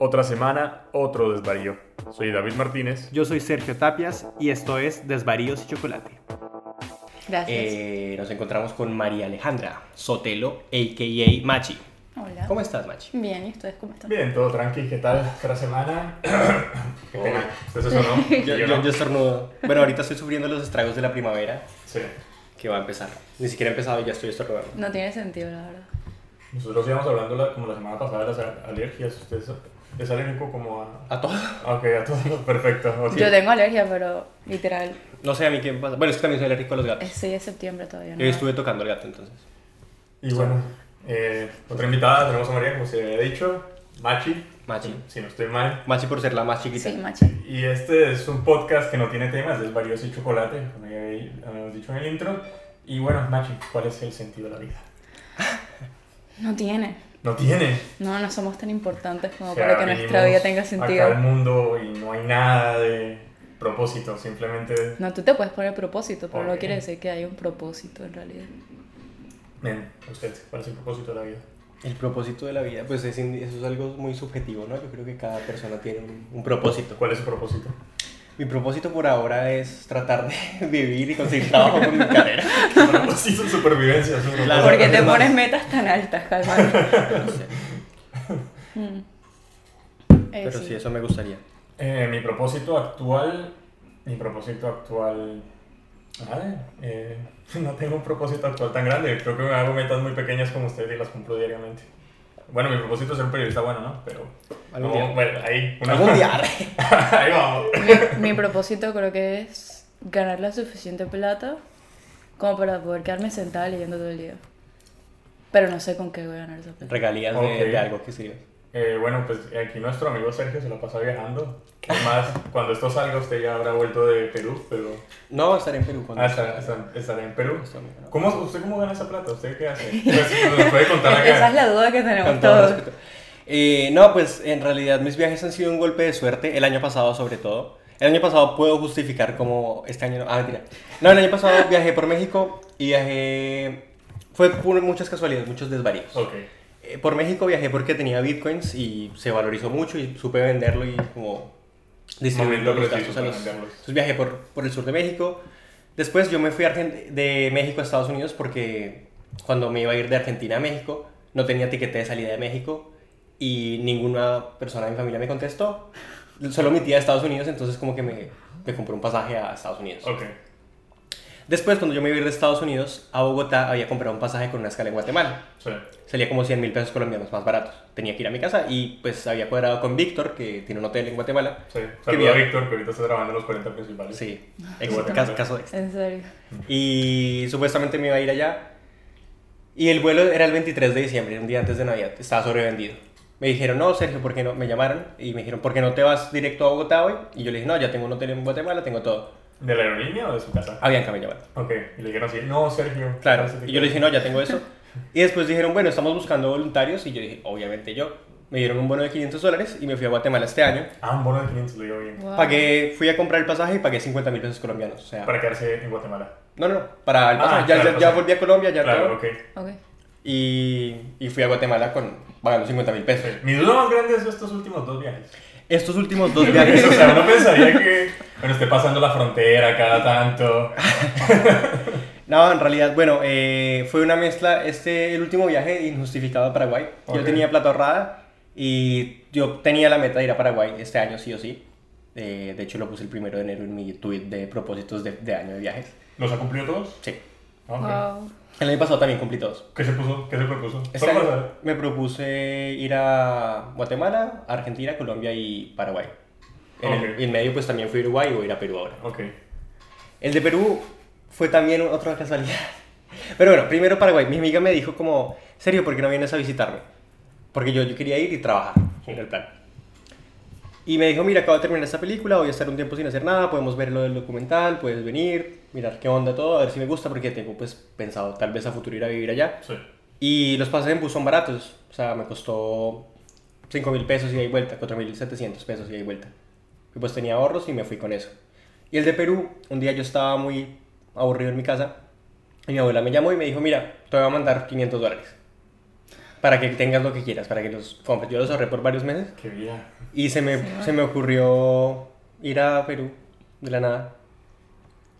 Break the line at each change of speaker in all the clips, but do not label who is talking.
Otra semana, otro desvarío. Soy David Martínez.
Yo soy Sergio Tapias y esto es Desvaríos y Chocolate.
Gracias.
Eh, nos encontramos con María Alejandra Sotelo, a.k.a. Machi.
Hola.
¿Cómo estás, Machi?
Bien, ¿y ustedes cómo están?
Bien, todo tranqui. ¿Qué tal? Otra semana. Qué pena. ¿Ustedes eso no?
Yo,
Yo
yo-
no.
yo estornudo. Bueno, ahorita estoy sufriendo los estragos de la primavera
Sí.
que va a empezar. Ni siquiera ha empezado y ya estoy estornudando.
No tiene sentido, la verdad.
Nosotros íbamos hablando la- como la semana pasada de las a- alergias. ¿Usted es, es alérgico como a...?
A todo.
Ah, Ok, a todo. Perfecto. ok.
Yo tengo alergia, pero literal,
No sé a mí qué me pasa. Bueno, es que también soy alérgico a los gatos.
estoy de septiembre todavía. ¿no?
Yo estuve tocando al gato entonces.
Y bueno, eh, otra invitada. Tenemos a María, como se había dicho. Machi.
Machi.
Si no estoy mal.
Machi por ser la más chiquita.
Sí, machi.
Y este es un podcast que no tiene temas, es varios y chocolate, como ya habí- habíamos dicho en el intro. Y bueno, Machi, ¿cuál es el sentido de la vida?
No tiene.
No tiene.
No, no somos tan importantes como
O sea,
para que nuestra
vivimos
vida tenga
Acá el
sentido.
mundo y no hay nada de propósito, simplemente
No, tú te puedes poner propósito, pero
Ok.
no quiere decir que hay un propósito en realidad.
Men, usted, ¿cuál es el propósito de la vida?
El propósito de la vida, pues es in- eso es algo muy subjetivo, ¿no? Yo creo que cada persona tiene un, un propósito.
¿Cuál es su propósito?
Mi propósito por ahora es tratar de vivir y conseguir trabajo con mi carrera.
Su propósito es supervivencia, es un
Claro.
propósito.
Porque te
además-
pones metas tan altas, calma.
No sé.
Mm. Eh,
Pero sí, eso me gustaría.
Eh, mi propósito actual, mi propósito actual, ay, eh, no tengo un propósito actual tan grande, creo que me hago metas muy pequeñas como ustedes y las cumplo diariamente. Bueno, mi propósito es ser un periodista bueno, ¿no? Pero
Algún
como-
día.
bueno, ahí, una-
Algún día.
ahí vamos.
Mi, mi propósito creo que es ganar la suficiente plata como para poder quedarme sentada leyendo todo el día. Pero no sé con qué voy a ganar esa plata.
Regalías de,
Ok.
de algo que escribas.
Eh, bueno, pues aquí nuestro amigo Sergio se la pasa viajando. Además, cuando esto salga usted ya habrá vuelto de Perú, pero
No, estaré en Perú cuando
ah, estará, estará- estará en Perú.
Esto me graba.
¿Cómo, ¿Usted cómo gana esa plata? ¿Usted qué hace? Pues, nos puede contar acá.
Esa es la duda que
Con
tenemos
todo
todos.
respeto. Eh, no, pues en realidad mis viajes han sido un golpe de suerte, el año pasado sobre todo. El año pasado puedo justificar como este año no. Ah, mentira. No, el año pasado viajé por México y viajé. Fue por muchas casualidades, muchos desvaríos.
Ok.
Eh, por México viajé porque tenía bitcoins y se valorizó mucho y supe venderlo y como distribuir
Momento
los
preciso
gastos a los...
para venderlos.
Entonces viajé por, por el sur de México. Después yo me fui a Argen- de México a Estados Unidos porque cuando me iba a ir de Argentina a México no tenía tiquete de salida de México y ninguna persona de mi familia me contestó. Solo mi tía de Estados Unidos, entonces como que me, me compró un pasaje a Estados Unidos.
Ok.
Después cuando yo me iba a ir de Estados Unidos a Bogotá había comprado un pasaje con una escala en Guatemala
Sí.
salía como 100 mil pesos colombianos más baratos. Tenía que ir a mi casa y pues había cuadrado con Víctor, que tiene un hotel en Guatemala.
Sí,
Que
saludo a
vi-
Víctor, que ahorita está grabando los 40 principales.
Sí,
En
ex-
Guatemala.
cas- caso ex.
En serio.
Y supuestamente me iba a ir allá. Y el vuelo era el 23 de diciembre, un día antes de Navidad. Estaba sobrevendido. Me dijeron, no, Sergio, ¿por qué no? Me llamaron y me dijeron, ¿por qué no te vas directo a Bogotá hoy? Y yo le dije, no, ya tengo un hotel en Guatemala, tengo todo.
¿De la aerolínea o de su casa?
Avianca me llamaron.
Ok, y le dijeron así, no, Sergio.
Claro,
no sé qué".
y yo le dije, no, ya tengo eso. Y después dijeron, bueno, estamos buscando voluntarios. Y yo dije, obviamente yo. Me dieron un bono de 500 dólares y me fui a Guatemala este año.
Ah, un bono de 500, le digo bien.
Wow.
Pagué, fui a comprar el pasaje y pagué 50 mil pesos colombianos. O sea,
Para quedarse en Guatemala.
no, no, no, para el
Ah,
pasaje. ya,
claro,
ya- ya
pasaje.
volví a Colombia, ya todo.
Claro, ok.
Ok.
Y, y fui a Guatemala con pagando 50 mil pesos.
Mi duda más grande es estos últimos dos viajes.
Estos últimos dos
o
viajes.
sea, uno pensaría que, bueno, esté pasando la frontera cada tanto.
no, en realidad, bueno, eh, fue una mezcla. Este, el último viaje injustificado a Paraguay.
Ok.
Yo tenía plata ahorrada y yo tenía la meta de ir a Paraguay este año, sí o sí. Eh, de hecho, lo puse el primero de enero en mi tweet de propósitos de, de año de viajes.
¿Los ha cumplido todos? Ah,
Sí.
Ok.
Wow.
El año pasado también cumplí todos.
¿Qué se puso? ¿Qué se propuso?
Este
Solo
año
para saber.
me propuse ir a Guatemala, Argentina, Colombia y Paraguay. En el-
Ok.
y en medio pues también fui a Uruguay y voy a ir a Perú ahora.
Ok.
El de Perú fue también otra casualidad. Pero bueno, primero Paraguay. Mi amiga me dijo como, serio, ¿por qué no vienes a visitarme? Porque yo, yo quería ir y trabajar, era el plan. Y me dijo, mira, acabo de terminar esta película, voy a estar un tiempo sin hacer nada, podemos ver lo del documental, puedes venir, mirar qué onda todo, a ver si me gusta, porque tengo pues pensado tal vez a futuro ir a vivir allá.
Sí.
Y los pases en bus son baratos. O sea, me costó 5 mil pesos y ahí vuelta, 4 mil 700 pesos y ahí vuelta. Y pues tenía ahorros y me fui con eso. Y el de Perú, un día yo estaba muy aburrido en mi casa. Y mi abuela me llamó y me dijo, mira, te voy a mandar 500 dólares. para que tengas lo que quieras, para que los compres. Yo los ahorré por varios meses
Qué vida.
y se me, se me ocurrió ir a Perú de la nada.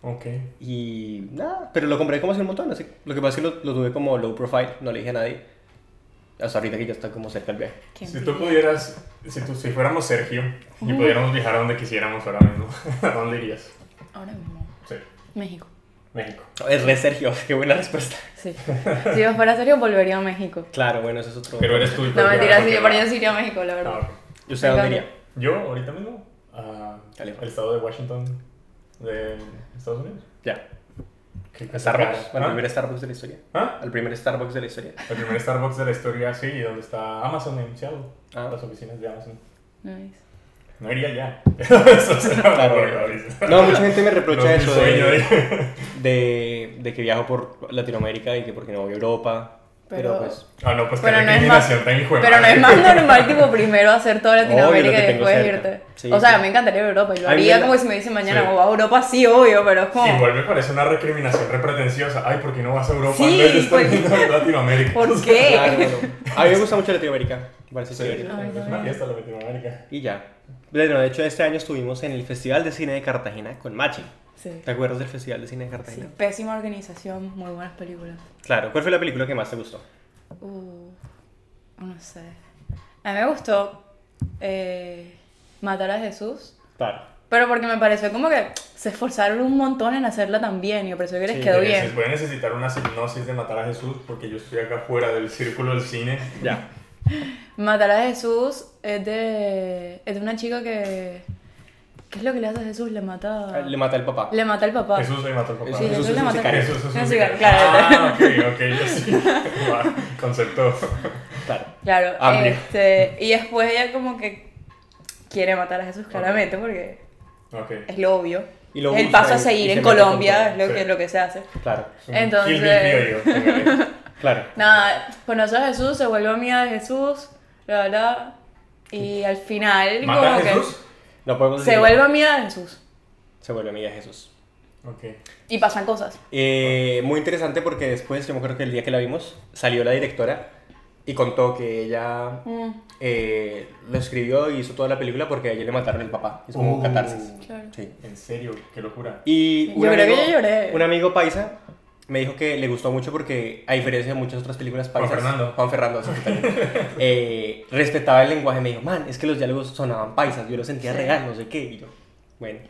Ok.
Y nada, pero lo compré como hace un montón. Así, lo que pasa es que lo, lo tuve como low profile, no le dije a nadie. Hasta ahorita que ya está como cerca el viaje.
Qué
Si tú
envidia.
pudieras, si, tú, si fuéramos Sergio y pudiéramos viajar a donde quisiéramos ahora mismo, ¿a dónde irías?
Ahora mismo.
Sí,
México.
México.
Es re Sergio, qué buena respuesta.
Sí. si yo fuera serio, volvería a México.
Claro, bueno, eso es otro.
Pero eres tú y
No,
pues,
mentira,
ya,
si yo
porque-
para sí iría a México, la
Ah,
verdad.
ok.
Yo sé a dónde
Venga.
iría.
Yo ahorita mismo a
California.
el estado de Washington de Estados Unidos.
Ya.
¿Qué
A
cosa
Starbucks.
rara.
Bueno,
¿Ah?
el primer Starbucks de la historia.
¿Ah?
El primer Starbucks de la historia.
El primer Starbucks de la historia, sí, y donde está Amazon en Seattle,
Ah.
las oficinas de Amazon.
Nice.
No iría ya. Eso será una
Claro.
barbaridad.
No, mucha gente me
No es
reprocha
mi
eso
sueño,
de,
¿eh?
de, de que viajo por Latinoamérica y que porque no voy a Europa. Pero,
Pero-
pues.
Ah, no, pues que
Pero no, es más,
discriminación tan hijo de
pero no
madre.
es más normal tipo primero hacer toda
Obvio, lo
Latinoamérica
que
y
tengo
después
cerca.
irte.
Sí,
o sea,
sí.
me encantaría ir a Europa. Yo
A mí
haría
la-
como si me dicen mañana,
Sí.
o a Europa sí, obvio, pero es como...
Igual me parece una recriminación repretenciosa. Ay, ¿por qué no vas a Europa
Sí,
en vez de estar
pues-
viendo a Latinoamérica?
¿Por
eh.
qué?
Claro, bueno. A mí me gusta mucho Latinoamérica. me Parece
Sí,
chévere.
Ay,
es una
no.
fiesta Latinoamérica.
Y ya. Bueno, de hecho, este año estuvimos en el Festival de Cine de Cartagena con Machi.
Sí.
¿Te acuerdas del Festival de Cine de
Sí,
Cartagena?
Pésima organización, muy buenas películas.
Claro. ¿Cuál fue la película que más te gustó?
Uh, no sé. A mí me gustó eh, Matar a Jesús,
Claro.
pero porque me pareció como que se esforzaron un montón en hacerla tan bien y me pareció que les
Sí,
quedó
Oye,
bien.
Voy a necesitar una hipnosis de matar a Jesús porque yo estoy acá fuera del círculo del cine.
Ya.
Matar a Jesús es de, es de una chica que... ¿Qué es lo que le hace a Jesús? Le mata...
Le mata el papá.
Ah. le mata al papá.
Jesús le mató al papá.
Sí, Jesús,
Jesús es
le
un
mata
sicario.
Jesús es
un
un Ah,
sicario,
sicario.
Claro,
Ah, ok, ok, yo sí. Va, Concepto.
Claro.
claro.
Ah,
Amplio.
Este, y después ella como que quiere matar a Jesús claramente porque
Ok.
es lo obvio.
Y lo
el
busca
paso a
y-
seguir
y se
en
mete con
Colombia es
todo,
lo, que,
sí.
lo que se hace.
Claro.
Es un
Entonces-
Kill Bill criollo, póngale.
Claro.
Nada, conoce a Jesús, se vuelve amiga de Jesús, bla, bla, bla. Y al final,
¿Mata a
como
Jesús?
No
que
podemos
se
decir-
vuelve amiga de Jesús.
Se vuelve amiga de Jesús.
Ok.
Y pasan cosas.
Eh, muy interesante porque después, yo me acuerdo que el día que la vimos, salió la directora y contó que ella
Mm,
eh, lo escribió y hizo toda la película porque a ella le mataron el papá. Es como
Uh.
catarsis.
claro.
Sí.
En serio, qué locura.
Y
Yo
un
creo que
amigo,
yo lloré.
un amigo paisa me dijo que le gustó mucho porque, a diferencia de muchas otras películas
Juan
paisas,
Fernando.
Juan Fernando, sí, totalmente, eh, respetaba el lenguaje. Me dijo, man, es que los diálogos sonaban paisas, yo los sentía real, no sé qué. Y yo, bueno,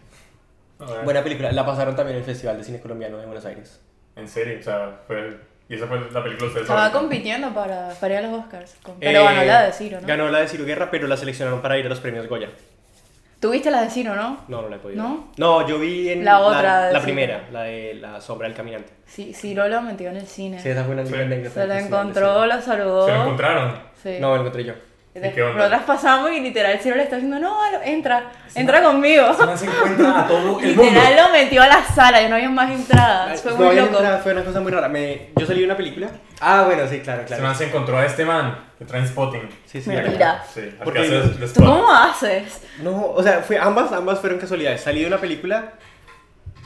A ver,
buena película. La pasaron también en el Festival de Cine Colombiano de Buenos Aires.
En serio, o sea, fue. Y esa fue la película de ustedes.
Estaba
ahorita.
compitiendo para, para ir a los Oscars. con- Pero ganó la de Ciro, ¿no?
Eh, Ganó la de Ciro Guerra, pero la seleccionaron para ir a los premios Goya.
¿Tuviste la de Ciro, no?
No, no la he podido.
¿No?
ver. No, yo vi en
La otra de
La,
Ciro.
primera, la de La Sombra del Caminante.
Sí, Ciro lo metió en el cine.
Sí, esa fue una
Sí.
linda anécdota
se
del
lo
Festival de
encontró,
Cine.
lo saludó.
Se lo encontraron.
Sí.
No, la encontré yo.
Y
¿Y
después
qué onda?
Nosotras pasamos y literal Ciro le está diciendo, no, entra, entra conmigo.
Se encuentra a todo el mundo.
Literal lo metió a la sala, ya no había más entradas. Fue
No,
muy
había
loco.
entrada, fue una cosa muy rara. Me- Yo salí de una película. Ah, bueno, sí, claro,
Se
claro.
man se encontró a este man de Trainspotting.
Sí, sí,
Mentira.
claro.
Sí, al
Porque
que hace
yo-
el
¿tú
¿Tú
spot.
cómo haces?
No, o sea, fue, ambas, ambas fueron casualidades. Salí de una película.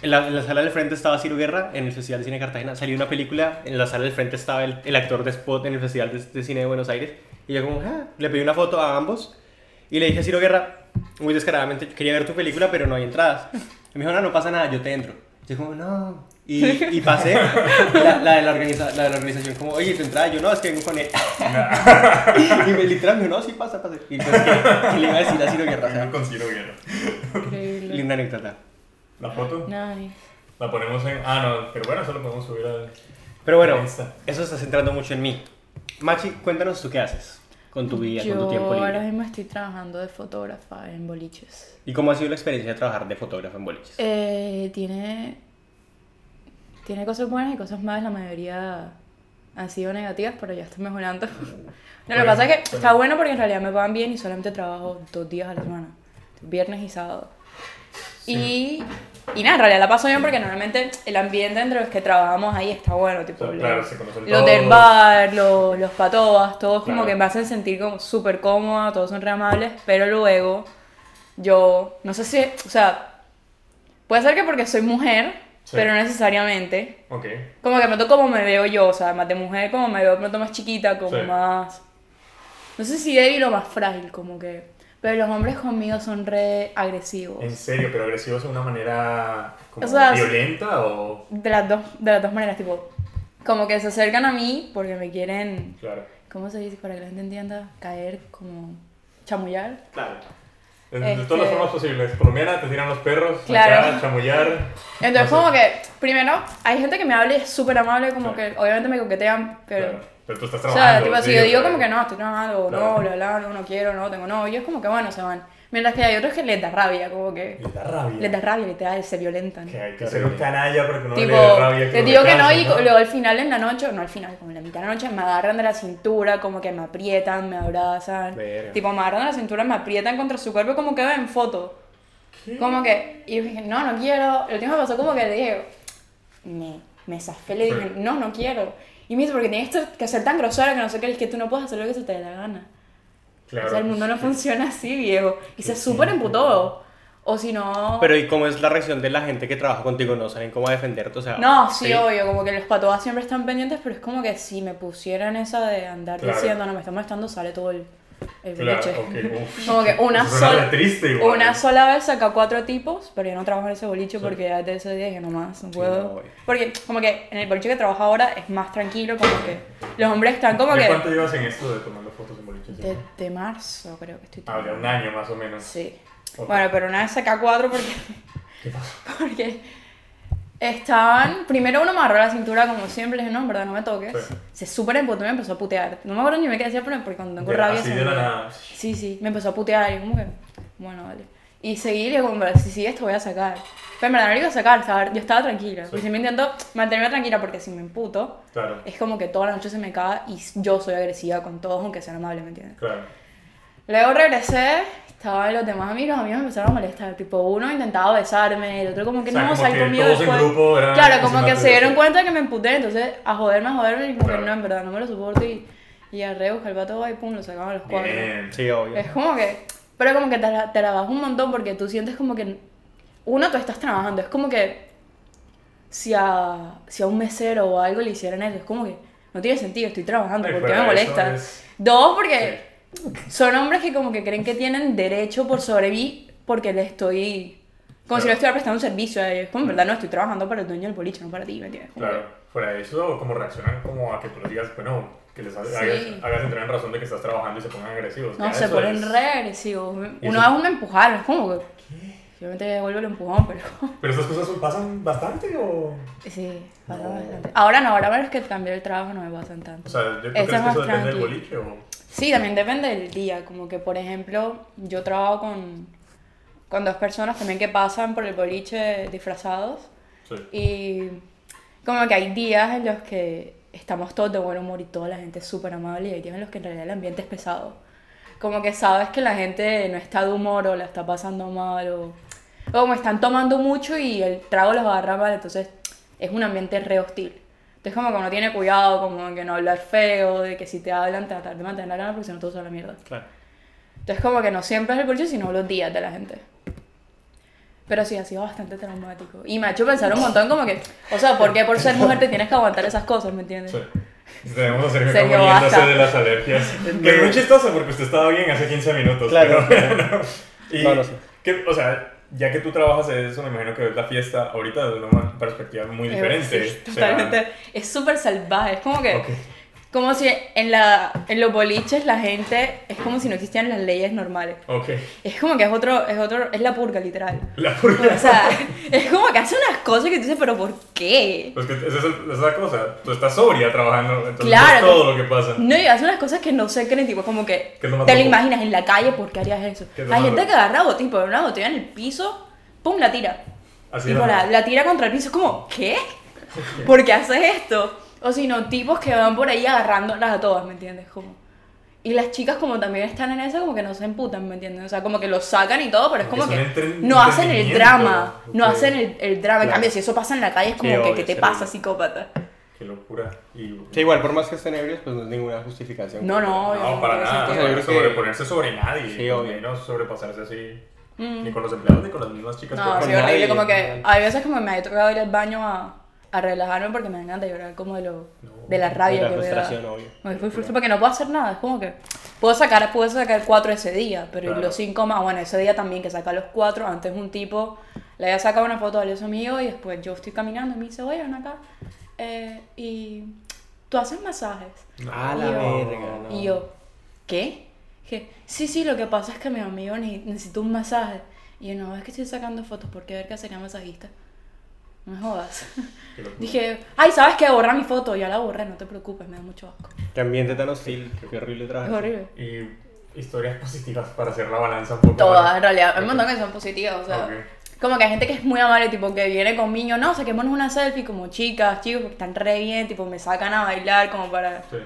En la, en la sala del frente estaba Ciro Guerra en el Festival de Cine de Cartagena. Salí de una película. En la sala del frente estaba el, el actor de Spot en el Festival de, de Cine de Buenos Aires. Y yo, como, ah, le pedí una foto a ambos. Y le dije a Ciro Guerra, muy descaradamente, quería ver tu película, pero no hay entradas. Y me dijo, no, no pasa nada, yo te entro. Y yo, como, no. Y, y pasé. Y La, la de la, organiza- la de la organización, como, oye, tu entrada. Yo, no, es que vengo con él. y me literal me dijo, no, sí, pasa, pasa. Y pues, ¿qué, qué le iba a decir a Ciro Guerra? O sea,
Yo con Ciro Guerra.
Increíble.
Linda anécdota.
La foto
Nice.
la ponemos en. Ah, no, pero bueno, eso lo podemos subir al.
Pero bueno,
Esa.
eso está centrando mucho en mí. Machi, cuéntanos tú qué haces con tu vida, con tu tiempo
Yo ahora
libre.
mismo estoy trabajando de fotógrafa en boliches.
¿Y cómo ha sido la experiencia de trabajar de fotógrafo en boliches?
Eh, tiene, tiene cosas buenas y cosas malas, la mayoría han sido negativas, pero ya estoy mejorando. No, lo que
Bueno,
pasa es que
bueno.
está bueno porque en realidad me pagan bien y solamente trabajo dos días a la semana, viernes y sábado. Y, y nada, en realidad la paso bien porque normalmente el ambiente entre los que trabajamos ahí está bueno, tipo
O sea,
los-
claro, se conocen
los
todos.
del bar, los, los patobas, todos como
Claro.
que me hacen sentir como súper cómoda, todos son re amables, pero luego yo, no sé si, o sea, puede ser que porque soy mujer,
Sí.
pero no necesariamente.
Ok.
Como que de pronto como me veo yo, o sea, más de mujer, como me veo de pronto más chiquita, como
Sí.
más... No sé si débil o más frágil, como que... Pero los hombres conmigo son re agresivos.
En serio, pero agresivos de una manera como
O sea,
violenta o.
De las, dos, de las dos maneras, tipo... Como que se acercan a mí porque me quieren...
Claro.
¿Cómo se dice? Para que la gente entienda. Caer, como... Chamullar.
Claro. De,
Este-
todas las formas posibles. Colombiana, te tiran los perros,
Claro.
acá, chamullar.
Entonces
No sé.
como que... Primero, hay gente que me habla y es súper amable, como
Claro.
que obviamente me coquetean, pero...
Claro. Pero tú estás
O sea,
trabajando.
tipo, si
sí,
yo
o
digo
sea,
como que no, estoy trabajando, o no,
Claro.
bla, bla, no, no quiero, no, tengo novio, es como que bueno, se van. Mientras que hay otros que les da rabia, como que
Les da rabia.
les da rabia, literal, se violentan.
Que hay que
Qué
ser un
horrible.
canalla para que no
tipo,
le dé rabia.
les
lo
digo que no y
rechacen,
co- luego al final en la noche, no al final, como en la mitad de la noche, me agarran de la cintura, como que me aprietan, me abrazan.
Verga.
Tipo, me agarran de la cintura, me aprietan contra su cuerpo, como que en foto.
¿Qué?
Como que, y yo dije, no, no quiero. Lo último que pasó como que le dije, me, me zafé, le dije,
Sí.
no, no quiero. Y me dice, porque tienes que ser tan grosera que no sé qué, es que tú no puedes hacer lo que se te dé la gana.
Claro.
O sea, el mundo no funciona así, viejo. Y se súper emputó. O si no...
Pero ¿y cómo es la reacción de la gente que trabaja contigo? ¿No saben cómo defenderte? O sea,
No, sí, obvio, como que los patoas siempre están pendientes, pero es como que si me pusieran esa de andar
Claro.
diciendo, no, me están molestando, sale todo el, el
Claro,
leche.
ok, uf.
Como que una
Eso suena
sola...
triste igual.
Una sola vez saca cuatro tipos, pero yo no trabajo en ese boliche porque ya desde ese día dije, no más, no puedo.
no, obvio.
porque como que en el boliche que trabajo ahora es más tranquilo, como que los hombres están como
¿Y
que...
cuánto llevas en esto de tomando fotos en boliches?
De, de marzo creo que estoy...
Ah, ya un año más o menos.
Sí.
Ok.
Bueno, pero una vez saca cuatro porque. Porque estaban. Primero uno me agarró la cintura como siempre, le dije, no, en verdad no me toques.
Sí.
Se súper emputó y me empezó a putear. No me acuerdo ni me qué decía, pero porque cuando tengo
De-
rabia.
así
se me
de la
olvida.
nada.
Sí, sí, me empezó a putear y como que. Bueno, vale. Y seguí, le digo, como, "Pero si sigues te voy a sacar. Pero en verdad no lo iba a sacar, ¿sabes? yo estaba tranquila.
Sí.
Y siempre intento mantenerme tranquila porque si me emputo,
Claro,
es como que toda la noche se me cae y yo soy agresiva con todos, aunque sean amables, ¿me entiendes?
claro.
Luego regresé, estaban los demás amigos, los amigos me empezaron a molestar. Tipo, uno intentaba besarme, el otro como que
O sea,
no,
como
sal
que
conmigo
todos en
después.
grupo eran
claro, como que
encima
se dieron
tuyo.
cuenta de que me emputé, entonces a joderme, a joderme, y como que
Claro.
no, en verdad, no me lo soporto. Y, y agarré, busqué el pato y pum, lo sacaban a los cuatro.
Bien.
Sí, obvio.
Es como que, pero como que te, la- te la bajas un montón porque tú sientes como que, uno, tú estás trabajando, es como que si a, si a un mesero o algo le hicieran eso, es como que no tiene sentido, estoy trabajando,
Ay,
¿por qué
fuera
me
de eso
molesta?
es-
Dos, porque son hombres que como que creen que tienen derecho por sobre mí porque le estoy... Como
Claro.
si le estuviera prestando un servicio a ellos. Como en verdad no estoy trabajando para el dueño del boliche, no para ti, ¿me entiendes? Como
Claro, fuera de eso, como reaccionan como a que tú les digas, bueno, que les ha-
Sí.
hagas, hagas entrar en razón de que estás trabajando y se pongan agresivos.
que- No,
Ya,
se
eso
ponen
es-
re agresivos. Una
¿Y
vez
eso?
uno me empujaron, es como que... Obviamente devuelvo el empujón, pero...
¿Pero esas cosas pasan bastante o...?
Sí, pasa bastante. Ahora no, ahora es que también el trabajo no me pasan tanto.
O sea, ¿tú
Eso
crees
es
que
más
eso depende del
tranqui.
boliche o...?
Sí, también depende del día. Como que, por ejemplo, yo trabajo con, con dos personas también que pasan por el boliche disfrazados.
Sí.
Y como que hay días en los que estamos todos de buen humor y toda la gente es súper amable y hay días en los que en realidad el ambiente es pesado. Como que sabes que la gente no está de humor o la está pasando mal o, o como están tomando mucho y el trago los agarra mal, entonces es un ambiente re hostil. Entonces como que uno tiene cuidado, como que no hablar feo, de que si te hablan tratar de mantener la calma porque si no todos son la mierda.
Claro.
Entonces como que no siempre es el boliche, sino los días de la gente. Pero sí, ha sido bastante traumático. Y me ha hecho pensar un montón como que, o sea, ¿por qué por ser mujer te tienes que aguantar esas cosas, me entiendes?
Sí. Tenemos a Sergio, acá
Sergio,
muriéndose
basta.
de las alergias. que es muy chistoso porque usted estaba bien hace 15 minutos.
Claro.
pero bueno. y
No, no sé.
que, o sea, ya que tú trabajas en eso, me imagino que ves la fiesta ahorita de una perspectiva muy
Eh,
diferente.
sí,
O sea,
totalmente. Es súper salvaje. Es como que,
Ok.
como si en, la, en los boliches la gente, es como si no existieran las leyes normales.
Ok.
Es como que es otro, es otro, es la purga literal.
La purga.
O sea, es como que hace unas cosas que tú dices, pero ¿por qué?
Pues que esa es, el- esa es la cosa. Tú estás sobria trabajando, entonces
Claro,
es todo lo que pasa.
No, y hace unas cosas que no sé qué ni tipo, como que
Que es lo más
te lo
loco.
imaginas en la calle, ¿por qué harías eso?
Que es lo
Hay
más
gente
loco.
que agarra bot- tipo, una botella en el piso, pum, la tira.
Así
tipo,
es.
la, la tira contra el piso, es como, ¿qué? ¿Por qué haces esto? O si no, tipos que van por ahí agarrándolas a todas, ¿me entiendes? Como... Y las chicas como también están en esa, como que no se emputan, ¿me entiendes? O sea, como que lo sacan y todo, pero es
Porque
como que
es un entre-
no hacen el
entretenimiento.
drama, no
Ok.
hacen el, el drama. En
Claro.
cambio, si eso pasa en la calle, es como
Sí,
que,
obvio,
¿qué te
sí.
pasa, psicópata?
Qué locura. Y,
Sí, igual, por más que estén ebrios, pues no es ninguna justificación.
No, no, obvio,
No,
no
para
tiene
nada.
sentido.
sobre-
Yo creo que-
Sobreponerse sobre nadie.
Sí, obvio.
No sobrepasarse así. Ni con los empleados ni Pues con las mismas chicas.
Mm. No,
creo
ha
que
sí,
sido
nadie.
horrible. Como que
nadie.
hay veces como me he tocado ir al baño a, a relajarme porque me dan ganas de llorar como de, lo,
No,
de la rabia
de la
que me da.
frustración, obvio.
Me fui frustrada porque no puedo hacer nada. Es como que puedo sacar, puedo sacar cuatro ese día, pero
Claro.
los cinco más. Bueno, ese día también que saca los cuatro. Antes un tipo le había sacado una foto a Dios mío y después yo estoy caminando y me dice, oye, ven acá. eh, y tú haces masajes.
A la
Y yo-
verga, no.
Y yo, ¿qué? Que, sí, sí, lo que pasa es que mi amigo ne- necesita un masaje. Y yo, no, es que estoy sacando fotos porque ver que sería masajista. No me jodas.
Qué locura.
Dije, ay, ¿sabes qué? Borra mi foto. Ya la borré, no te preocupes, me da mucho asco.
También de tan hostil, qué horrible
Ah,
trabajo.
Es horrible.
Y historias positivas para hacer la balanza un poco.
Todas,
para-
en realidad. Hay un
Ok.
montón que son positivas, o sea.
Ok.
Como que hay gente que es muy amable, tipo, que viene con niños, no, saquémonos una selfie, como chicas, chicos, porque están re bien, tipo, me sacan a bailar, como para...
Sí.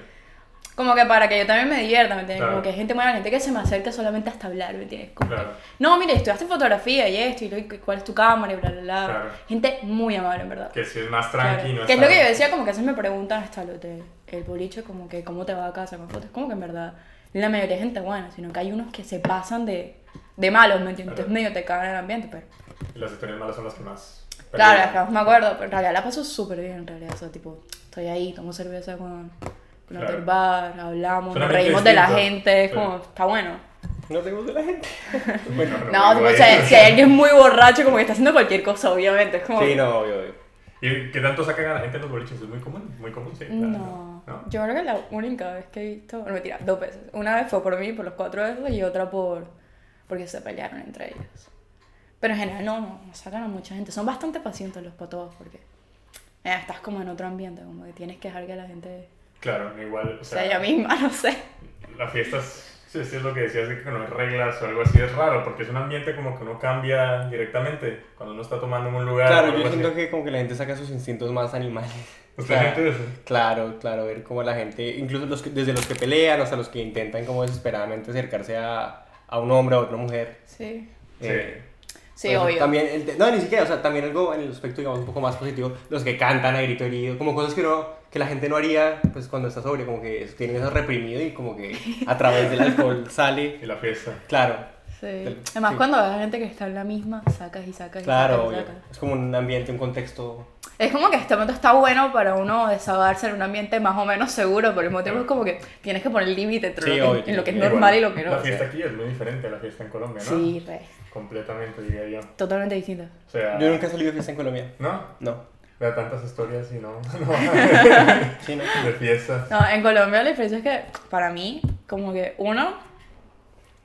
Como que para que yo también me divierta, ¿me entiendes?
Claro.
Como que hay gente buena, gente que se me acerca solamente hasta hablar, ¿me entiendes? Como que,
Claro.
no, mire, estudiaste fotografía y esto, y lo- y cuál es tu cámara, y bla, bla, bla.
Claro.
Gente muy amable, en verdad.
Que si es más
Claro.
tranquilo.
Que es lo que yo decía, como que a veces me preguntan hasta lo de el boliche, como que cómo te va a casa con fotos. Como que en verdad, la mayoría de gente buena, sino que hay unos que se pasan de, de malos, ¿me entiendes?
Claro.
Entonces medio te cagan en el ambiente, pero.
Las historias malas son las que más.
Claro,
perduran.
es que más me acuerdo, pero en realidad la paso súper bien, en realidad. O sea, tipo, estoy ahí, tomo cerveza con, con
Claro.
otro bar, hablamos, nos
Solamente
reímos de la
distinto.
gente, es
Sí.
como, está bueno.
No te gusta la gente. bueno,
Pero
No, tipo,
bueno.
si, hay- si hay alguien muy borracho, como que está haciendo cualquier cosa, obviamente, es como...
sí, no, obvio, obvio.
¿Y qué tanto sacan a la gente en los boliches? Es muy común, muy común, sí. claro.
No.
¿No?
Yo creo que la única vez que he visto, no mentira, dos veces. Una vez fue por mí, por los cuatro veces, y otra por porque se pelearon entre ellos. Pero en general no, no, no sacan a mucha gente. Son bastante pacientes los patos porque eh, estás como en otro ambiente, como que tienes que dejar que la gente
Claro, igual. O sea,
sea ella misma, no sé.
las fiestas, sí, sí es lo que decías, de que no hay reglas o algo así, es raro, porque es un ambiente como que no cambia directamente cuando uno está tomando en un lugar. o
Claro,
algo
yo
así. Pues
siento que como que la gente saca sus instintos más animales.
¿Usted siente eso?
Claro, claro, ver cómo la gente, incluso los que- desde los que pelean hasta los que intentan como desesperadamente acercarse a, a un hombre o a otra mujer.
Sí.
Sí.
Eh,
Sí,
entonces,
obvio.
También, el te- no, ni siquiera, o sea, también algo en el aspecto, digamos, un poco más positivo, los que cantan a grito herido, como cosas que no, que la gente no haría, pues cuando está sobria, como que tienen eso reprimido y como que a través del alcohol sale,
Y la fiesta.
claro,
Sí.
Sí.
Además, cuando ves a gente que está en la misma, sacas y sacas y
claro,
sacas y
obvio.
sacas.
es como un ambiente, un contexto
Es como que este momento está bueno para uno desahogarse en un ambiente más o menos seguro, pero el mismo tiempo es como que tienes que poner límite entre
Sí,
lo, que,
obvio,
en lo que es
igual.
normal y lo que no.
La
o sea.
fiesta aquí es muy diferente a la fiesta en Colombia, ¿no?
Sí, re.
Completamente, diría yo.
Totalmente distinto.
O sea.
Yo nunca he salido de fiesta en Colombia.
¿No?
No.
Vea tantas historias y no. no.
Sí, no.
de fiestas.
No, en Colombia la diferencia es que, para mí, como que uno,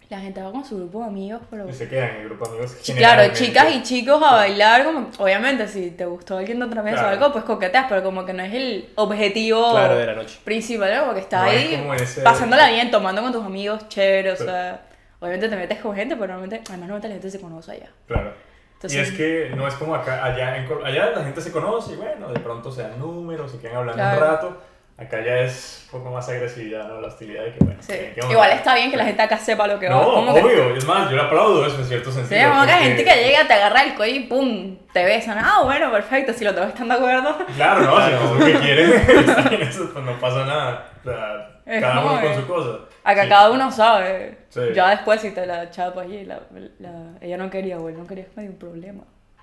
la gente va con su grupo de amigos, pero...
Y se quedan en el grupo de amigos.
Sí, Claro,
generalmente.
chicas y chicos a bailar, como obviamente si te gustó alguien de otra vez o
Claro.
algo, pues coqueteas, pero como que no es el objetivo
Claro, de la noche.
principal, ¿no? porque está
No es
ahí
como ese-
pasándola bien, tomando con tus amigos, chévere, o
Sí.
sea, obviamente te metes con gente, pero normalmente, además normalmente la gente se conoce allá.
Claro.
Entonces-
y es que no es como acá, allá, en Col- allá la gente se conoce y bueno, de pronto se dan números, se quedan hablando
Claro.
un rato. Acá ya es un poco más agresividad, ¿no? La hostilidad de que bueno.
Sí.
¿qué onda?
Igual está bien que la gente acá sepa lo que va.
No,
como que-
obvio, es más, yo le aplaudo eso en cierto
Sí,
sentido.
como que hay
porque-
gente que llega, te agarra el cuello y pum, te besan. Ah, bueno, perfecto, si los dos están de acuerdo.
Claro, no,
Claro.
si es lo que quieren, eso, pues no pasa nada. O sea,
Es
cada
como
uno con
de-
su cosa.
Acá
Sí.
cada uno sabe.
Sí.
Ya después si te la chapas y la, la- ella no quería, güey, no quería, es medio un problema.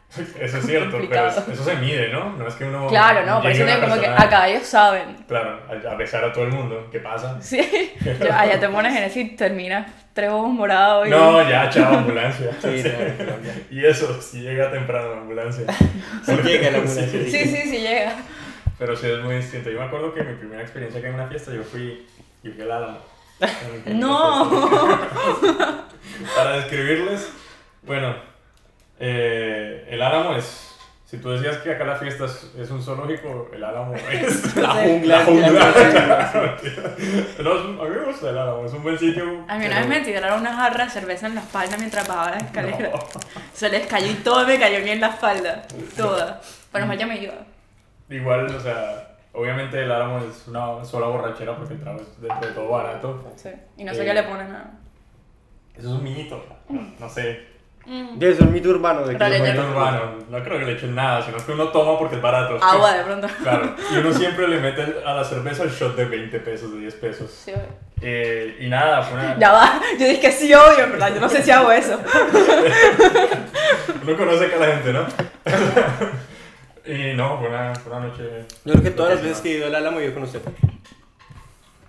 Eso es cierto, pero
complicado.
es- eso se mide, ¿no? No es que uno.
Claro, no, por
llegue
eso
a
te
una
digo como que
persona-
acá ellos saben.
Claro, a a besar a todo el mundo, ¿qué pasa?
Sí. Ya- allá te pones en ese y terminas tres ojos morados y...
No, ya, chao, ambulancia.
Sí, no, en Colombia.
Y eso, si llega temprano la ambulancia.
Si llega la ambulancia.
Sí, sí, sí llega.
Pero sí es muy distinto. Yo me acuerdo que mi primera experiencia acá en una fiesta, yo fui, yo fui al Álamo.
No.
Para describirles, bueno, eh, el Álamo es. Si tú decías que acá la fiesta es, es un zoológico, el Álamo es.
La
Sí.
jungla.
La jungla. No, es un- a mí me gusta el Álamo, es un buen sitio.
A mí una
pero-
vez me tiraron una jarra de cerveza en la espalda mientras bajaba la escalera.
No.
Se les cayó y todo me cayó a mí en la espalda. Toda. Pero mal ya me iba.
Igual, o sea, obviamente el Álamo es una sola borrachera porque el trago es dentro de todo barato.
Sí. Y no sé
Eh.
qué le ponen nada.
Eso es un miñito. No, no sé.
Desde el mito urbano de que
Dale,
los
Mm. ya.
Bueno,
cuentos-
urbano, no creo que le echen nada, sino que uno toma porque es barato. es que-
Agua de pronto.
Claro, y uno siempre le mete a la cerveza el shot de 20 pesos, de 10 pesos.
Sí, obvio.
Eh, y nada, fue una-
Ya va, yo dije que sí, obvio, en verdad, yo no sé si hago eso.
uno conoce acá a la gente, ¿no? y no, fue una, fue una noche...
Yo creo que todas las veces que he ido al Álamo yo con usted.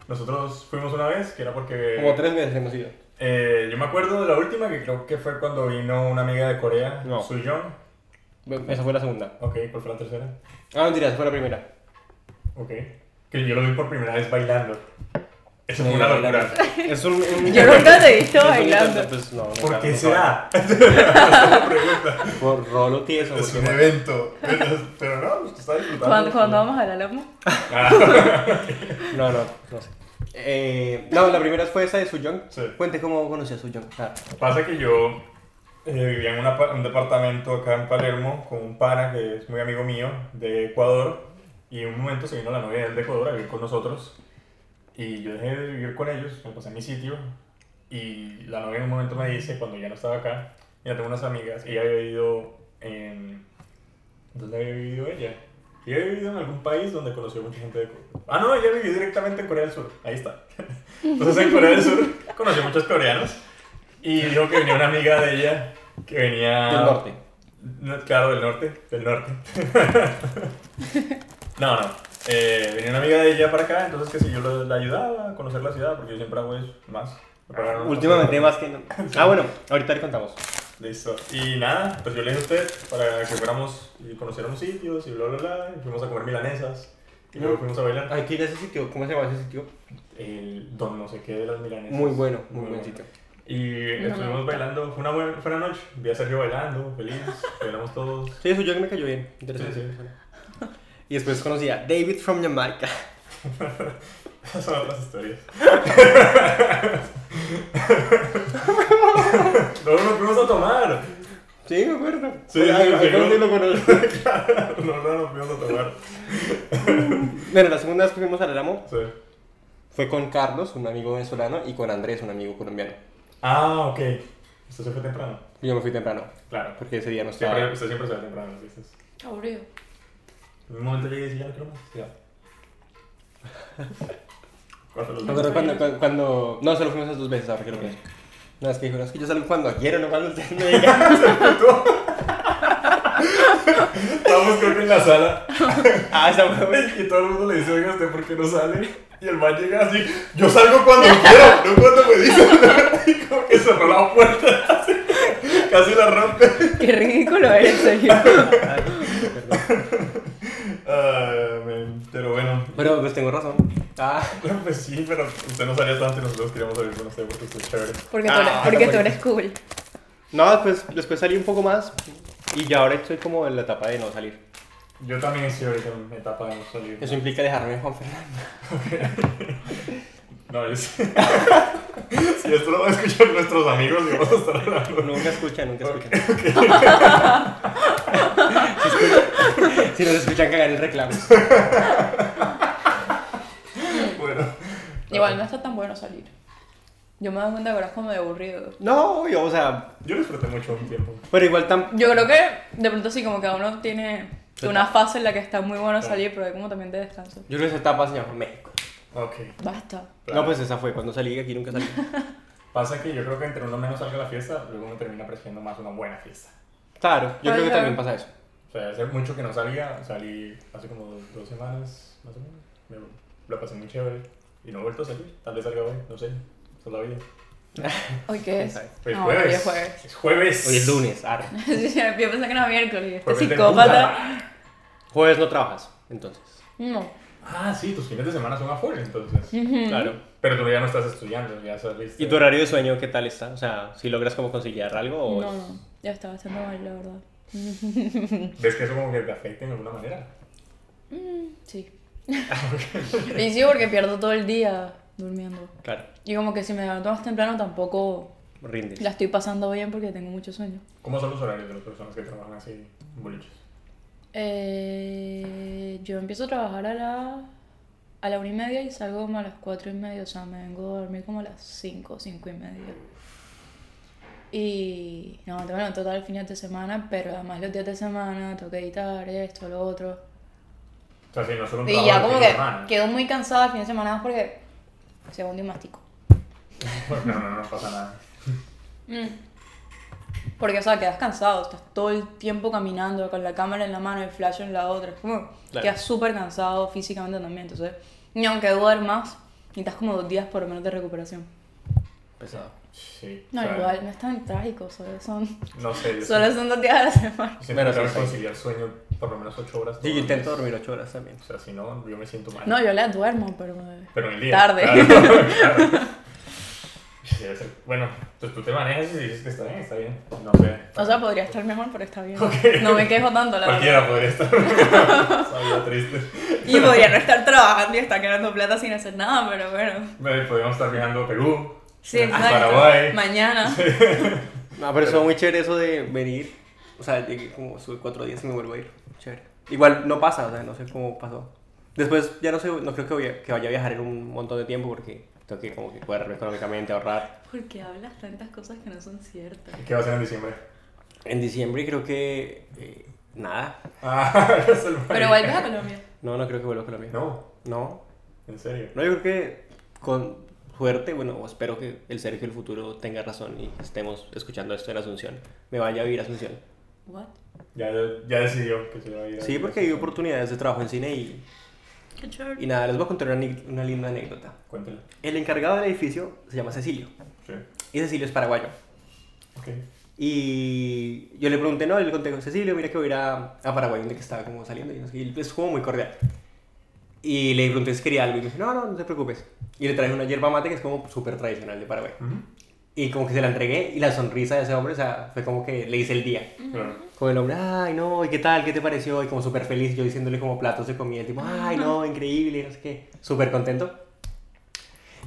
Nosotros fuimos una vez, que era porque...
Como tres veces hemos ido.
Eh, yo me acuerdo de la última, que creo que fue cuando vino una amiga de Corea,
No.
Su Young.
Bueno, Esa fue la segunda.
Ok, ¿cuál fue la tercera?
Ah, mentira, esa fue la primera.
Ok. Que yo lo vi por primera vez bailando. Eso
No,
fue una
no,
locura.
Es un... un-
Yo nunca te he visto
es un-
bailando.
Pues, no, no,
¿Por
claro,
qué
no
será?
sabe. Por rolo tieso.
Es
porque-
un evento. Pero, pero no, usted está disfrutando. Ah,
¿Cuándo, cuándo vamos a hablar, amor?
No, no, no sé. Eh, no, la primera fue esa de Suyong.
Sí.
Cuente cómo conocí a Suyong. Ah,
Pasa que yo eh, vivía en una pa- un departamento acá en Palermo con un pana que es muy amigo mío de Ecuador y en un momento se vino la novia de él de Ecuador a vivir con nosotros y yo dejé de vivir con ellos, me pasé a mi sitio y la novia en un momento me dice, cuando ya no estaba acá, ya tengo unas amigas, ella había vivido en... ¿Dónde había vivido ella? Ella había vivido en algún país donde conoció mucha gente de Corea. Ah, no, ella vivió directamente en Corea del Sur, ahí está. Entonces en Corea del Sur conoció muchos coreanos. Y dijo que venía una amiga de ella que venía.
Del norte.
Ah, No, claro, del norte. Del norte. no, no. Eh, venía una amiga de ella para acá, entonces que si yo lo- la ayudaba a conocer la ciudad, porque yo siempre hago eso más. Para-
Ah, Últimamente más que... no. Ah, bueno, ahorita le contamos.
Listo. Y nada, pues yo le dije a usted para que fuéramos y conociéramos sitios y bla, bla, bla. Y fuimos a comer milanesas. Y luego fuimos a bailar.
Ay, ¿qué era ese sitio? ¿Cómo se llama ese sitio?
El don no sé qué de las milanesas.
Muy bueno, muy,
Muy
buen
bueno.
sitio.
Y
No me
estuvimos
gusta.
bailando, fue una buena, fue una noche. Vi a Sergio bailando, feliz, bailamos todos.
Sí, Suyong me cayó bien. Interesante.
Sí, sí.
persona. Y después conocí a David from Jamaica.
Son otras historias. Luego nos fuimos a tomar.
Sí, me acuerdo.
Sí, sí,
Ah,
sí,
ah,
sí.
¿dónde lo conocí?
Claro, no, no nos fuimos a tomar.
Bueno, la segunda vez que fuimos al Álamo
Sí.
fue con Carlos, un amigo venezolano, y con Andrés, un amigo colombiano.
Ah, ok. Usted se fue temprano.
Yo me fui temprano,
Claro.
porque ese día no estaba.
Siempre, usted siempre se va temprano, ¿viste?
Aburrido.
En un momento llegué y dije, ya no quiero más. Ya. Corta los
Nosotros cuando, cuando, cuando- No, solo fuimos esas dos veces, ahora que lo pienso. No, es que dijo, no, es que yo salgo cuando quiero, no cuando usted me diga.
Estábamos creo que en la sala
ah, esa fue buena.
y todo el mundo le dice, oiga, ¿usted por qué no sale? Y el man llega así, yo salgo cuando quiero, no cuando me dicen. Y como que cerró la puerta, así, casi la rompe.
Qué ridículo eres, Sergio.
Ay, perdón.
Ah, men, pero bueno,
Pero pues tengo razón. Ah,
pues sí, pero usted no salía tanto y nosotros queríamos salir con usted porque usted es chévere.
Porque tú
Ah,
eres,
no,
porque tú
porque-
eres cool.
no, después, después salí un poco más y ya ahora estoy como en la etapa de no salir.
Yo también estoy ahorita en mi etapa de no salir.
Eso implica dejarme en Juan Fernando.
No, yo sí. si esto lo van a escuchar nuestros amigos y vamos a estar hablando.
Nunca escuchan, nunca escuchan. si, escuchan si nos escuchan cagar el reclamo.
Bueno,
Igual no está tan bueno salir. Yo me doy cuenta que ahora es como de aburrido.
No, yo, o sea,
yo disfruté mucho un tiempo.
pero igual tan...
Yo creo que de pronto sí, como que uno tiene una fase en la que está muy bueno salir, pero hay como también de descanso.
Yo creo que esa etapa se llama México.
Ok.
Basta.
No, pues esa fue, cuando salí de aquí nunca salí.
Pasa que yo creo que entre uno menos salga a la fiesta, luego uno termina apreciando más una buena fiesta.
Claro, yo creo
Ay,
que
claro.
también pasa eso.
O sea, hace mucho que no salía, salí hace como dos, dos semanas, más o menos. Me, la pasé muy chévere y no he vuelto a salir. Tal vez salga hoy, no sé. Esa es la vida.
¿Hoy qué es?
Pero es
no,
jueves.
hoy es jueves.
Es jueves.
Hoy es lunes, arre.
Yo pensé que era miércoles. Este
Jueves de
psicópata.
puta.
Jueves no trabajas, entonces.
No.
Ah, sí, tus fines de semana son a full, entonces.
Claro.
Pero tú ya no estás estudiando, ya saliste.
¿Y tu horario de sueño qué tal está? O sea, si logras como conciliar algo o...
No,
es-
no. Ya está bastante mal, la verdad.
¿Ves que eso como que te afecta en alguna manera?
Mm, Sí. Ah, y sí, porque pierdo todo el día durmiendo.
Claro,
Y como que si me levanto más temprano tampoco
rindes.
la estoy pasando bien porque tengo mucho sueño.
¿Cómo son los horarios de las personas que trabajan así en boliches?
Eh, yo empiezo a trabajar a la, a la una y media y salgo como a las cuatro y media, o sea, me vengo a dormir como a las cinco, cinco y media. Y no, bueno, en total el fin de semana, pero además los días de semana tengo que editar esto, lo otro.
O sea, sí, no solo un
Y
trabajo
ya
de
como
fin de
que
semana.
quedo muy cansada el fin de semana porque segundo y mastico.
No, no, no pasa nada.
Mm. Porque, o sea, quedas cansado, estás todo el tiempo caminando con la cámara en la mano y el flash en la otra. Es como,
Claro.
quedas súper cansado físicamente también. Entonces, ni aunque duermas, necesitas como dos días por lo menos de recuperación.
Pesado.
Sí.
No,
o sea,
igual, no es tan trágico, solo son,
No sé. Yo
solo
sí-
son dos días a la semana.
siempre
Bueno,
tengo que
sí, sí.
conciliar sueño por lo menos 8 horas. todos
Sí, yo
los
intento
días.
dormir 8 horas también.
O sea, si no, yo me siento mal.
No, yo las duermo, pero... eh,
Pero en el día.
Tarde.
Claro, claro. Sí, debe ser- Bueno, pues tú te manejas y dices que está bien, está bien. No sé.
O sea, podría estar mejor, pero está bien.
Ok.
No me quejo tanto, la verdad.
Cualquiera podría estar. Sabía triste.
Y podría no estar trabajando y estar ganando plata sin hacer nada, pero bueno.
Bueno, Podríamos estar viajando a Perú.
Sí,
a
exacto.
Paraguay.
Mañana.
No, pero eso es muy chévere eso de venir. O sea, llegué como sube 4 días y me vuelvo a ir. Chévere. Igual no pasa, o sea, no sé cómo pasó. Después ya no sé, no creo que, voy a- que vaya a viajar en un montón de tiempo porque tengo que como que cuidarme económicamente, ahorrar.
¿Por qué hablas tantas cosas que no son ciertas?
¿Qué va a hacer en diciembre?
En diciembre creo que... eh, nada.
Ah, es el
Pero vuelves a Colombia.
No, no creo que vuelva a Colombia.
No,
No.
en serio.
No, yo creo que con suerte, bueno, o espero que el Sergio del futuro tenga razón y estemos escuchando esto en Asunción. Me vaya a vivir a Asunción.
What?
Ya, ya decidió que se va a ir. a-
Sí, porque hay oportunidades de trabajo en cine y,
Qué chévere.
y nada, les voy a contar una, ni- una linda anécdota.
Cuéntale.
El encargado del edificio se llama Cecilio
Sí.
y Cecilio es paraguayo.
Ok.
Y yo le pregunté, no, le conté con Cecilio, mira que voy a ir a, a Paraguay, donde que estaba como saliendo, y no sé, y él es como muy cordial. Y le pregunté si quería algo y me dijo, no, no, no te preocupes. Y le traje una yerba mate que es como súper tradicional de Paraguay.
Ujú.
Y como que se la entregué y la sonrisa de ese hombre, o sea, fue como que le hice el día.
Claro.
Como el hombre, ay, no, ¿y qué tal? ¿Qué te pareció? Y como súper feliz, yo diciéndole como platos de comida, el tipo, ay, no, increíble, no sé qué, súper contento.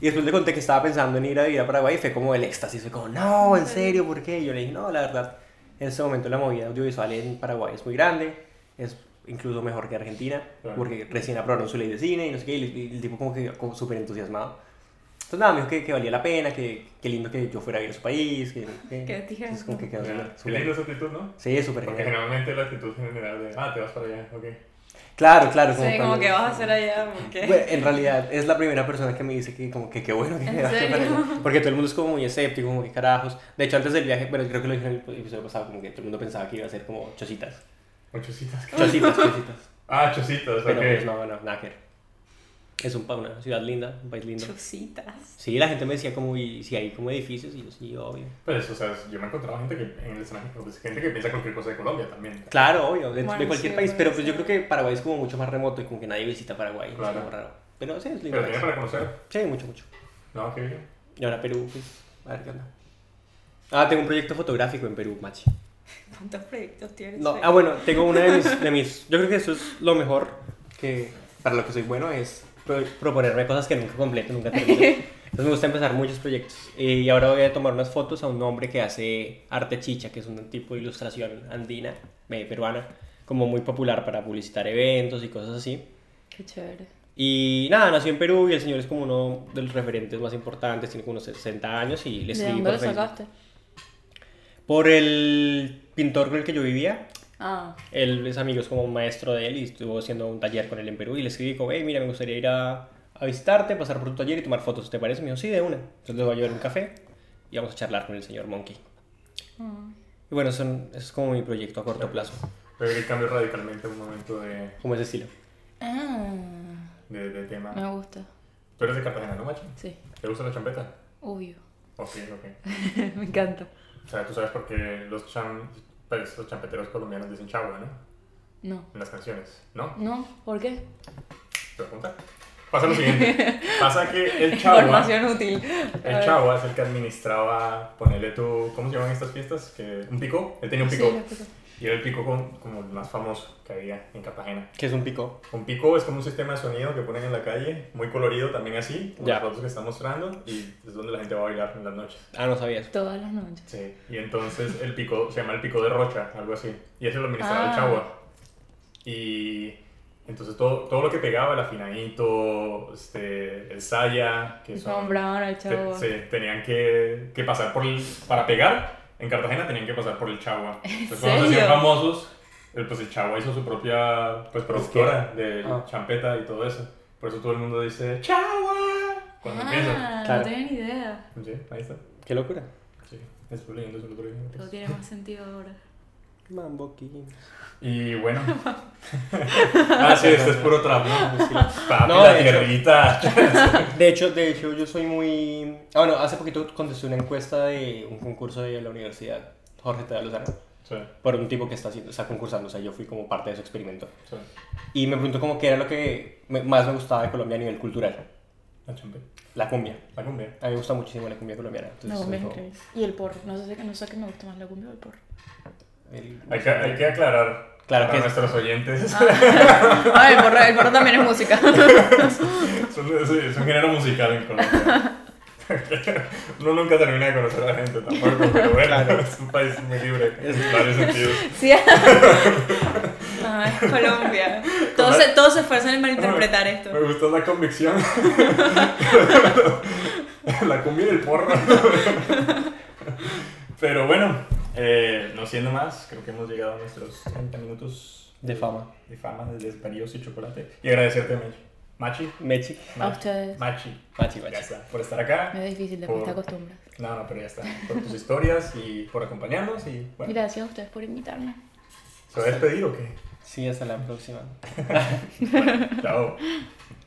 Y después le conté que estaba pensando en ir a vivir a Paraguay y fue como el éxtasis, fue como, no, en serio, ¿por qué? Y yo le dije, no, la verdad, en este momento la movida audiovisual en Paraguay es muy grande, es incluso mejor que Argentina,
Claro.
porque recién aprobaron su ley de cine y no sé qué, y el, y el tipo como que como súper entusiasmado. Entonces nada, me dijo que, que valía la pena, que, que lindo que yo fuera a ir a su país, que... que-
Qué tierno.
Entonces como que quedó
Ya, Qué
súper-
linda esa actitud, ¿no?
Sí, súper
Porque
genial.
generalmente la actitud general de, ah, te vas para allá, ok.
Claro, claro.
Sí, como
cuando-
que vas a hacer allá, ¿por qué?
Bueno, en realidad es la primera persona que me dice que como que qué bueno que
¿En
me vas a
serio?
preparar. Porque todo el mundo es como muy escéptico, como que carajos. De hecho, antes del viaje, pero creo que lo dije en el episodio pasado, como que todo el mundo pensaba que iba a ser como chocitas.
Ochocitas.
Chocitas, chocitas.
Ah, chocitas, ok.
Pero pues no, no, nada que ver. Es un, pa- una ciudad linda, un país lindo.
Chocitas.
Sí, la gente me decía como, y si hay como edificios, y yo sí, obvio.
Pues, o sea, yo me he encontrado gente que en el extranjero, pues, gente que piensa cualquier cosa de Colombia también.
Claro, obvio, de, de
Bueno,
cualquier
sí,
país.
bueno,
Pero pues yo
sí.
creo que Paraguay es como mucho más remoto y como que nadie visita Paraguay. es
Claro.
como raro. Pero sí, es lindo.
Pero tiene
país.
para conocer.
Sí, mucho, mucho.
No, qué bien.
Y ahora Perú, pues, a ver qué onda. Ah, tengo un proyecto fotográfico en Perú, machi.
¿Cuántos proyectos tienes?
No, ah, bueno, tengo una de mis, de mis... Yo creo que eso es lo mejor que... Para lo que soy bueno es pro- proponerme cosas que nunca completo, nunca termino. Entonces me gusta empezar muchos proyectos. Eh, Y ahora voy a tomar unas fotos a un hombre que hace arte chicha, que es un tipo de ilustración andina, eh, peruana, como muy popular para publicitar eventos y cosas así.
Qué chévere.
Y nada, nació en Perú y el señor es como uno de los referentes más importantes, tiene como unos 60 años y le
¿De
escribí
dónde
por
lo
Facebook.
sacaste?
Por el pintor con el que yo vivía,
Ah,
él es amigo, es como un maestro de él y estuvo haciendo un taller con él en Perú y le escribí como, hey, mira, me gustaría ir a, a visitarte, pasar por tu taller y tomar fotos, ¿te parece? Me dijo, sí, de una. Entonces le voy a llevar un café y vamos a charlar con el señor Monkey.
Mm.
Y bueno, son, eso es como mi proyecto a corto plazo,
Pero el cambio radicalmente un momento de,
como ese estilo.
ah
de, de tema.
me gusta.
Tú eres de Cartagena, ¿no, macho?
Sí,
¿Te gusta la champeta?
obvio.
Ok, ok.
me encanta.
O sea, tú sabes por qué los, cham, pues, los champeteros colombianos dicen chagua, ¿no?
No.
En las canciones, ¿no?
No, ¿por qué?
¿Te voy a contar? Pasa lo siguiente. Pasa que el chagua...
Información útil. A
El
ver.
chavo es el que administraba, ponerle tu, ¿cómo se llaman estas fiestas? Que, ¿Un pico? Él tenía un
Sí,
pico.
lo pico.
y era el pico con- como el más famoso que había en Cartagena.
Que es un pico.
Un pico es como un sistema de sonido que ponen en la calle, muy colorido también así, como
Ya.
las fotos que está mostrando, y es donde la gente va a bailar en las noches.
Ah, no sabía eso.
Todas las noches.
Sí. Y entonces el pico se llama el pico de Rocha, algo así. Y ese lo administraba
Ah.
el Chagua. Y entonces todo, todo lo que pegaba, el afinadito, este, el saya, que son...
Nombraban al chavo.
Te- se tenían que, que pasar por el- para pegar En Cartagena tenían que pasar por el Chagua. Entonces,
¿En
cuando se hacían
serio?
famosos, el, pues el Chagua hizo su propia pues, productora de
Ah.
champeta y todo eso. Por eso todo el mundo dice Chagua cuando empieza.
Ah,
Claro.
no tenía ni idea.
Sí, ahí está.
Qué locura.
Sí, estuve leyendo eso el otro día.
Todo tiene más sentido ahora.
Mambo King.
Y bueno. ah, sí, este es puro trap, ¿no? Papi,
No,
la
de hecho.
tierrita.
De hecho, de hecho, yo soy muy. Ah, bueno, hace poquito contesté una encuesta de un concurso de la universidad, Jorge Tadeo Lozano,
sí,
por un tipo que está, haciendo, está concursando, o sea, yo fui como parte de su experimento.
sí.
Y me preguntó como qué era lo que me- más me gustaba de Colombia a nivel cultural,
La champeta.
la cumbia.
La cumbia.
A mí me gusta muchísimo la cumbia colombiana. entonces
La cumbia es
como-
increíble. Y el porro. No sé, no sé qué me gusta más, la cumbia o el porro.
el-
Hay que, hay que aclarar
Claro
para
que-
nuestros oyentes.
Ah, el porro, el porro también es música.
Es un, es un- es un género musical en Colombia. Uno nunca termina de conocer a la gente tampoco, pero bueno,
Claro.
es un país muy libre en varios sentidos.
Sí. Ah, es Colombia. Todos se, todos se esfuerzan en malinterpretar esto.
Me gustó la convicción. la cumbia y el porro. pero bueno, eh, no siendo más, creo que hemos llegado a nuestros 30 minutos
De fama.
de fama de desvaríos y chocolate. Y agradecerte, Machi. Machi.
Mechi.
A ustedes.
Machi.
Machi,
Ya
machi.
está, por estar acá.
No es difícil, después te acostumbras.
No, no, pero ya está. Por tus historias y por acompañarnos y bueno.
Gracias a ustedes por invitarme.
¿Se va a despedir o qué?
Sí, hasta la próxima.
Chao.